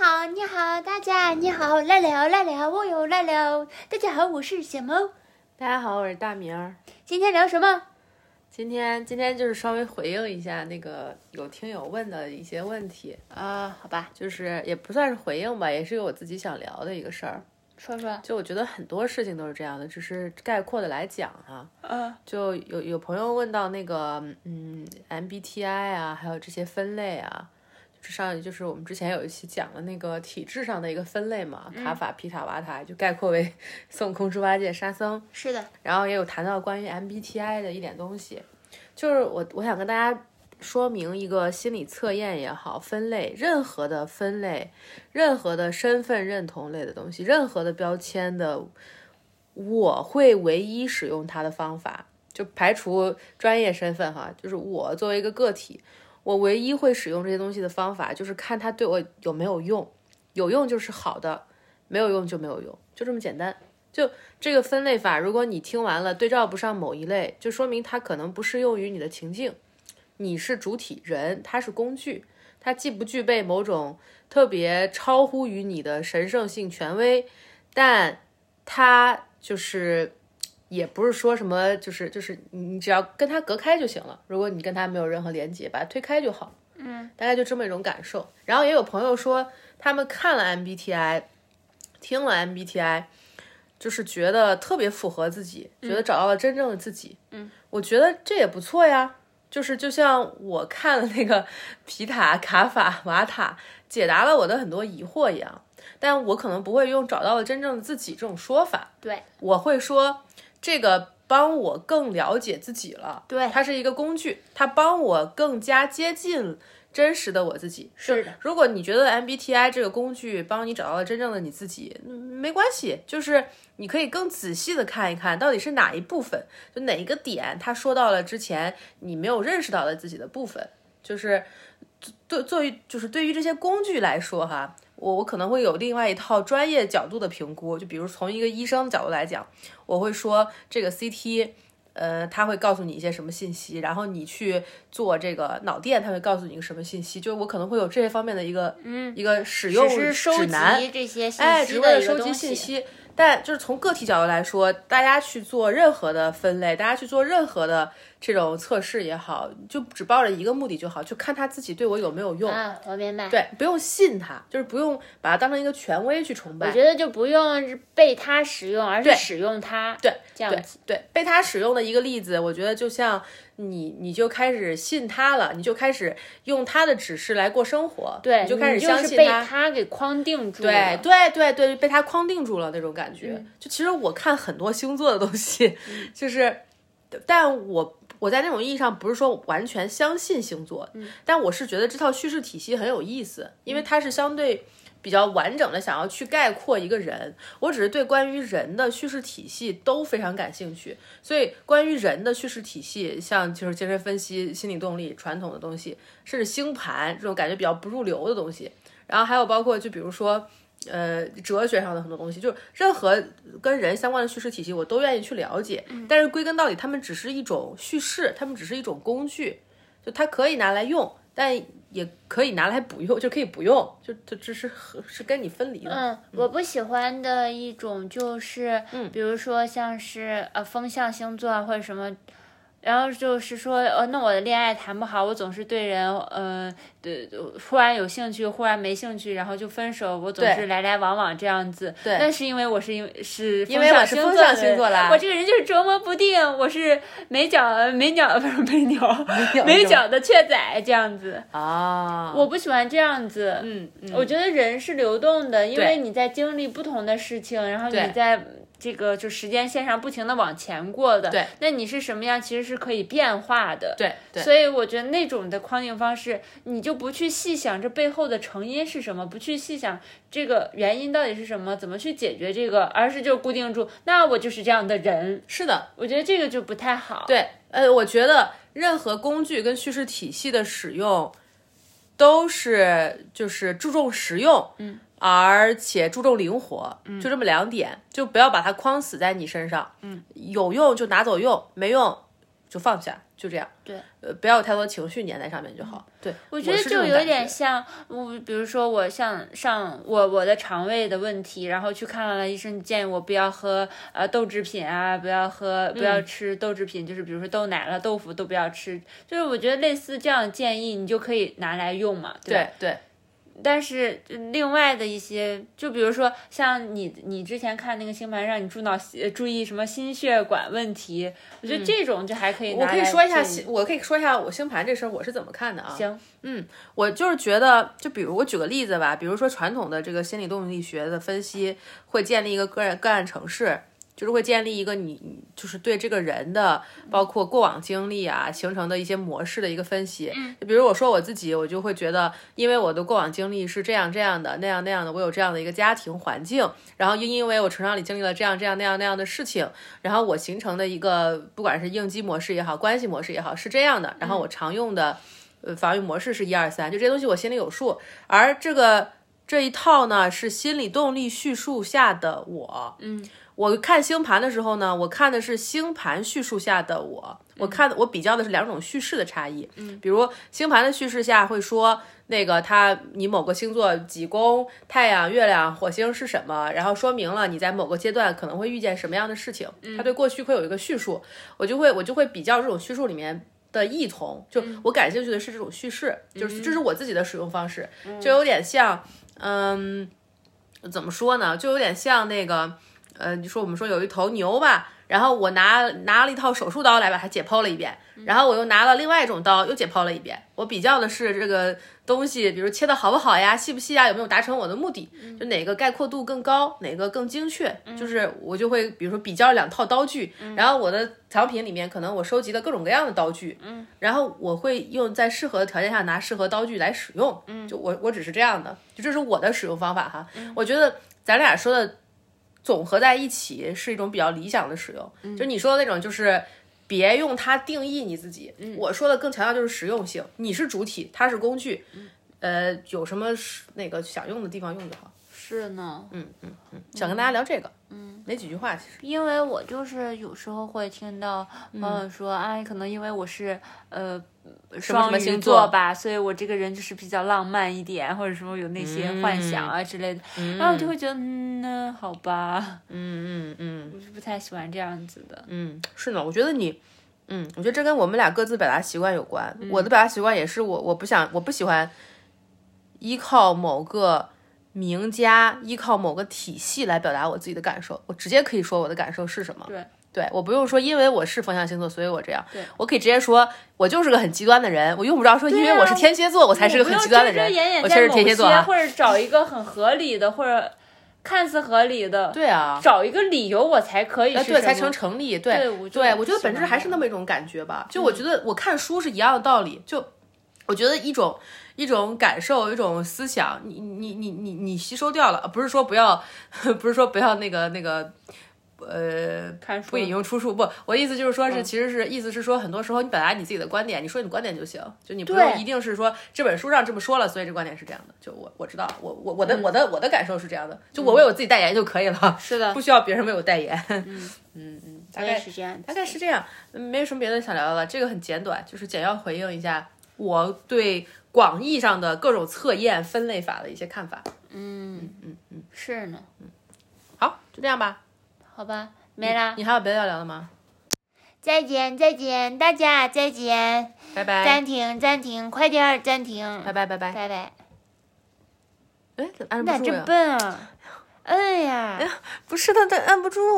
好，你好，大家你好，来了来了，我又来了。大家好，我是小猫。大家好，我是大明儿。今天聊什么？今天今天就是稍微回应一下那个有听友问的一些问题，啊，好吧，就是也不算是回应吧，也是有我自己想聊的一个事儿。说说。就我觉得很多事情都是这样的，只是概括的来讲啊。嗯就有有朋友问到那个嗯 MBTI 啊，还有这些分类啊，就是上就是我们之前有一期讲的那个体制上的一个分类嘛，卡法、皮塔、瓦塔，就概括为 孙悟空、猪八戒、沙僧。是的，然后也有谈到关于 MBTI 的一点东西，就是我我想跟大家说明一个心理测验也好，分类任何的分类，任何的身份认同类的东西，任何的标签的，我会唯一使用它的方法，就排除专业身份哈，就是我作为一个个体，我唯一会使用这些东西的方法，就是看它对我有没有用，有用就是好的，没有用就没有用，就这么简单。就这个分类法，如果你听完了对照不上某一类，就说明它可能不适用于你的情境。你是主体人，它是工具，它既不具备某种特别超乎于你的神圣性权威，但它就是也不是说什么，就是就是你你只要跟它隔开就行了。如果你跟它没有任何连接，把它推开就好。嗯，大概就这么一种感受。然后也有朋友说，他们看了 MBTI，听了 MBTI，就是觉得特别符合自己，嗯觉得找到了真正的自己。嗯，我觉得这也不错呀。就是就像我看了那个皮塔、卡法、瓦塔，解答了我的很多疑惑一样，但我可能不会用“找到了真正的自己”这种说法，对，我会说这个帮我更了解自己了。对它是一个工具，它帮我更加接近真实的我自己。是的，如果你觉得 MBTI 这个工具帮你找到了真正的你自己，嗯没关系，就是你可以更仔细的看一看，到底是哪一部分，就哪一个点，他说到了之前你没有认识到的自己的部分，就是对对于就是对于这些工具来说哈。我我可能会有另外一套专业角度的评估，就比如从一个医生的角度来讲，我会说这个 CT，呃，他会告诉你一些什么信息，然后你去做这个脑电，他会告诉你一个什么信息，就是我可能会有这些方面的一个嗯一个使用只是收指南，集这些哎，信只息为的了一个收集东信西。息。但就是从个体角度来说，大家去做任何的分类，大家去做任何的这种测试也好，就只抱着一个目的就好，就看他自己对我有没有用。啊，我明白。对，不用信他，就是不用把他当成一个权威去崇拜我。觉得就不用被它使用，而是使用它。对，这样子。对，被他使用的一个例子，我觉得就像你，你就开始信他了，你就开始用他的指示来过生活，对，你就开始你就相是信被他。它给框定住对了。对对对，被他框定住了那种感觉。就其实我看很多星座的东西，就是，但我我在那种意义上不是说完全相信星座，但我是觉得这套叙事体系很有意思，因为它是相对。比较完整的想要去概括一个人，我只是对关于人的叙事体系都非常感兴趣，所以关于人的叙事体系，像就是精神分析、心理动力、传统的东西，甚至星盘这种感觉比较不入流的东西，然后还有包括就比如说，呃，哲学上的很多东西，就是任何跟人相关的叙事体系，我都愿意去了解。嗯但是归根到底，他们只是一种叙事，他们只是一种工具，就它可以拿来用，但也可以拿来不用， 就可以不用，就就只是和是跟你分离的。嗯，我不喜欢的一种就是，嗯比如说像是呃风象星座啊或者什么，然后就是说，呃，那我的恋爱谈不好，我总是对人，呃，对，忽然有兴趣，忽然没兴趣，然后就分手，我总是来来往往这样子。对那是因为我是因为是因为我是风象星座啦我这个人就是琢磨不定，我是没脚 没鸟不是没鸟没脚的雀仔这样子。啊，我不喜欢这样子，嗯，嗯我觉得人是流动的，因为你在经历不同的事情，然后你在这个就时间线上不停的往前过的。对，那你是什么样，其实是可以变化的。。对对所以我觉得那种的框定方式，你就不去细想这背后的成因是什么，不去细想这个原因到底是什么，怎么去解决这个，而是就固定住，那我就是这样的人。是的，我觉得这个就不太好。对，呃，我觉得任何工具跟叙事体系的使用，都是就是注重实用，嗯，而且注重灵活，嗯，就这么两点，就不要把它框死在你身上，嗯，有用就拿走用，没用就放下，就这样。对，嗯呃，不要有太多情绪粘在上面就好。对，我我觉得是这就种有感点觉像我，比如说我像上我我的肠胃的问题，然后去看了医生，建议我不要喝呃豆制品啊，不要喝不嗯要吃豆制品，就是比如说豆奶了、豆腐都不要吃。就是我觉得类似这样的建议，你就可以拿来用嘛，对吧对对，但是呃另外的一些，就比如说像你，你之前看那个星盘，让你注脑呃注意什么心血管问题，我觉得这种就还可以拿嗯我来可建议。嗯以说一下，我可以说一下我星盘这事儿我是怎么看的啊？行，我就是觉得，就比如我举个例子吧，比如说传统的这个心理动力学的分析会建立一个个人个案城市，就是会建立一个你你就是对这个人的包括过往经历啊形成的一些模式的一个分析。就比如我说我自己，我就会觉得，因为我的过往经历是这样这样的那样那样的，我有这样的一个家庭环境，然后因因为我成长里经历了这样这样那样那样的事情，然后我形成的一个不管是应激模式也好，关系模式也好是这样的，然后我常用的。呃防御模式是一二三，就这些东西我心里有数。而这个这一套呢，是心理动力叙述下的我。嗯，我看星盘的时候呢，我看的是星盘叙述下的我。我看我比较的是两种叙事的差异。嗯，比如星盘的叙事下会说。那个他，你某个星座几宫，太阳、月亮、火星是什么，然后说明了你在某个阶段可能会遇见什么样的事情。他对过去会有一个叙述，我就会我就会比较这种叙述里面的异同，就我感兴趣的是这种叙事，就是这是我自己的使用方式，就有点像，嗯，怎么说呢？就有点像那个，呃，你说我们说有一头牛吧，然后我拿拿了一套手术刀来把它解剖了一遍，然后我又拿了另外一种刀又解剖了一遍，我比较的是这个东西，比如切的好不好呀，细不细呀，啊有没有达成我的目的，就哪个概括度更高，哪个更精确，就是我就会比如说比较两套刀具，然后我的藏品里面可能我收集的各种各样的刀具，嗯，然后我会用在适合的条件下拿适合刀具来使用，嗯，就我我只是这样的，就这是我的使用方法哈，我觉得咱俩说的总合在一起是一种比较理想的使用，就是你说的那种就是。别用它定义你自己，我说的更强调就是实用性，你是主体，它是工具，呃，有什么是那个想用的地方用就好。是呢，嗯，想跟大家聊这个，嗯，没几句话其实。因为我就是有时候会听到朋友说，哎，可能因为我是呃嗯么双鱼星座座吧，所以我这个人就是比较浪漫一点，或者什么有那些幻嗯想啊之类的，然后我就会觉得，嗯，那好吧，嗯嗯嗯不太喜欢这样子的，嗯，是呢，我觉得你，嗯，我觉得这跟我们俩各自表达习惯有关。嗯我的表达习惯也是我我不想我不喜欢依靠某个名家，依靠某个体系来表达我自己的感受，我直接可以说我的感受是什么。对。对我不用说，因为我是风象星座，所以我这样。对我可以直接说，我就是个很极端的人。我用不着说，因为啊我是天蝎座，我才是个我很不极用端的遮遮人掩。掩我在确实某天蝎座些啊。或者找一个很合理的，或者看似合理的，对啊，哎找一个理由我才可以是什么，对，嗯才成成立。对对我就对，不我觉得喜本质欢还是这嗯那么一种感觉吧。就我觉得我看书是一样的道理。就我觉得一种一种感受，一种思想，你你你你你吸收掉了，呃不是说不要， 不是说不要那个那个，呃，看书不引用出处不，我意思就是说是，嗯其实是意思是说，很多时候你表达你自己的观点，你说你观点就行，就你不对用一定是说这本书上这么说了，所以这观点是这样的。就我我知道，我我我的我的我的感受是这样的，就我为我自己代言就可以了，嗯是的不需要别人为我代言。 嗯嗯，大我也概是这样子，大概是这样，嗯没有什么别的想聊的了。这个很简短，就是简要回应一下我对广义上的各种测验分类法的一些看法。嗯嗯嗯，是呢，好，就这样吧。好吧，嗯没啦，你还有别的要聊的吗？再见再见，大家再见，拜拜，暂停暂停，快点儿暂停，拜拜拜拜。哎拜拜，哎，怎么按你不咋住呀这？笨啊？摁呀！不是的，它按不住。